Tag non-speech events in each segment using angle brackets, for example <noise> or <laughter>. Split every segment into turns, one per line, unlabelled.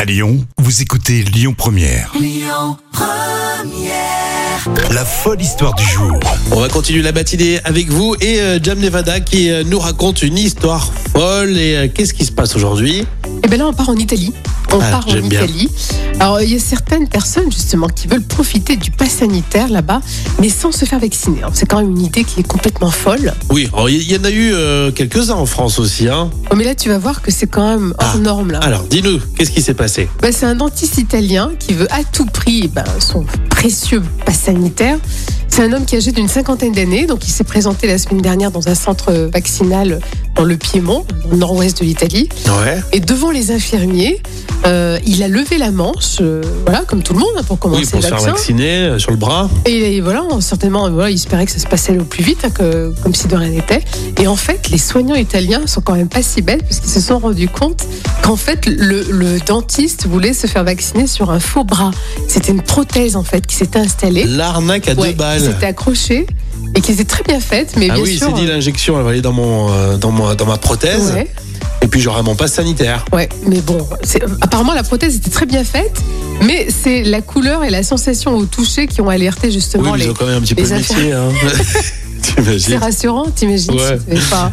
À Lyon, vous écoutez Lyon Première. Lyon Première. La folle histoire du jour.
On va continuer la matinée avec vous et euh, Jam Nevada qui euh, nous raconte une histoire folle. Et euh, qu'est-ce qui se passe aujourd'hui
Et bien là, on part en Italie. On
Ah,
part en
j'aime bien.
Italie. Alors, il y a certaines personnes, justement, qui veulent profiter du pass sanitaire là-bas, mais sans se faire vacciner. Alors, C'est quand même une idée qui est complètement folle.
Oui, alors, il y, en a eu euh, quelques-uns en France aussi. Hein.
Oh, mais là, tu vas voir que c'est quand même hors
Ah,
norme. Là.
Alors, dis-nous, qu'est-ce qui s'est passé
Ben, c'est un dentiste italien qui veut à tout prix ben, son précieux pass sanitaire. C'est un homme qui est âgé d'une cinquantaine d'années, donc il s'est présenté la semaine dernière dans un centre vaccinal dans le Piémont, dans le nord-ouest de l'Italie.
Ouais.
Et devant les infirmiers, euh, il a levé la manche, euh, voilà, comme tout le monde, hein, pour commencer
Oui, pour
le
se faire
vaccin.
vacciner euh, sur le bras.
Et, voilà, certainement, euh, voilà, il espérait que ça se passait le plus vite, hein, que- comme si de rien n'était. Et en fait, les soignants italiens sont quand même pas si bêtes, parce qu'ils se sont rendus compte qu'en fait, le, le dentiste voulait se faire vacciner sur un faux bras. C'était une prothèse, en fait, qui s'était installée.
L'arnaque à deux
Ouais, qui
balles.
s'était accrochée et qui était très bien faite, mais
Ah
bien
oui, il
sûr. hein.
s'est dit l'injection, elle va aller dans, mon, euh, dans, mon- dans ma prothèse.
ouais.
Et puis j'aurai mon passe sanitaire.
Ouais, mais bon, c'est- apparemment la prothèse était très bien faite, mais c'est la couleur et la sensation au toucher qui ont alerté
Oui,
justement
mais ils ont
les.
quand même un petit peu
les
le
affaires. <laughs>
métier. Hein. <laughs>
C'est
T'imagines
rassurant, t'imagines
Ouais.
si tu fais pas.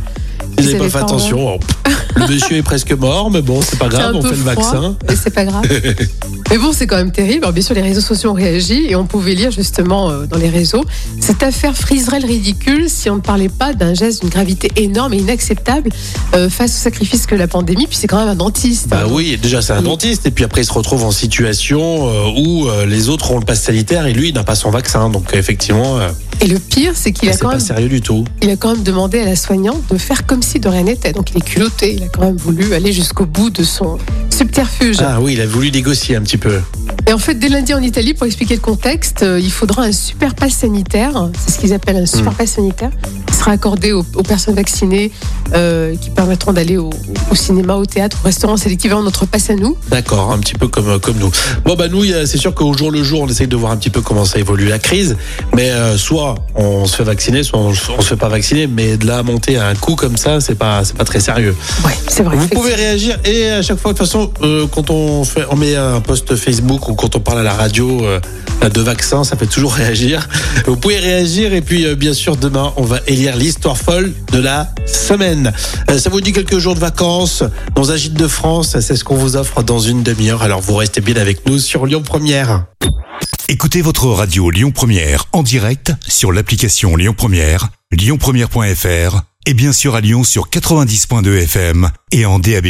Ils
Vous
n'avaient pas
avez
fait
pas
attention. Oh, pff, Le monsieur est presque mort, mais bon, c'est pas
C'est
grave,
un
Hein, on
peu
fait le
froid,
vaccin.
mais c'est
<laughs>
pas grave. mais bon, c'est quand même terrible. Alors, bien sûr, les réseaux sociaux ont réagi et on pouvait lire justement euh, dans les réseaux cette affaire friserait le ridicule si on ne parlait pas d'un geste d'une gravité énorme et inacceptable euh, face au sacrifice que la pandémie. Puis c'est quand même un dentiste.
Bah oui, déjà c'est un
Oui.
dentiste, et puis après il se retrouve en situation euh, où euh, les autres ont le pass sanitaire et lui il n'a pas son vaccin, donc euh, effectivement euh,
Et le pire, c'est qu'il a
Ah, c'est
quand
pas
même
sérieux du tout.
Il a quand même demandé à la soignante de faire comme si de rien n'était. Donc il est culotté, il a quand même voulu aller jusqu'au bout de son subterfuge.
Ah oui, il a voulu négocier un petit peu.
Et en fait, dès lundi en Italie, pour expliquer le contexte, euh, il faudra un super pass sanitaire. C'est ce qu'ils appellent un super pass sanitaire qui sera accordé aux, aux personnes vaccinées euh, qui permettront d'aller au, au cinéma, au théâtre, au restaurant. C'est l'équivalent de notre pass à nous.
D'accord, un petit peu comme, euh, comme nous. Bon bah nous, il y a- c'est sûr qu'au jour le jour, on essaye de voir un petit peu comment ça évolue la crise, mais euh, soit on se fait vacciner, soit on, on se fait pas vacciner, mais de là à monter à un coup comme ça, c'est pas, c'est pas très sérieux.
Ouais, c'est vrai.
Vous pouvez réagir et à chaque fois, de toute façon, euh, quand on, fait, on met un post Facebook ou quand on parle à la radio euh, de vaccins, ça fait toujours <laughs> réagir. Vous pouvez réagir et puis, euh, bien sûr, demain, on va élire l'histoire folle de la semaine. Euh, ça vous dit quelques jours de vacances dans un gîte de France, c'est ce qu'on vous offre dans une demi-heure. Alors, vous restez bien avec nous sur Lyon Première.
Écoutez votre radio Lyon Première en direct sur l'application Lyon Première, lyonpremière.fr et bien sûr à Lyon sur 90.2 FM et en DAB+.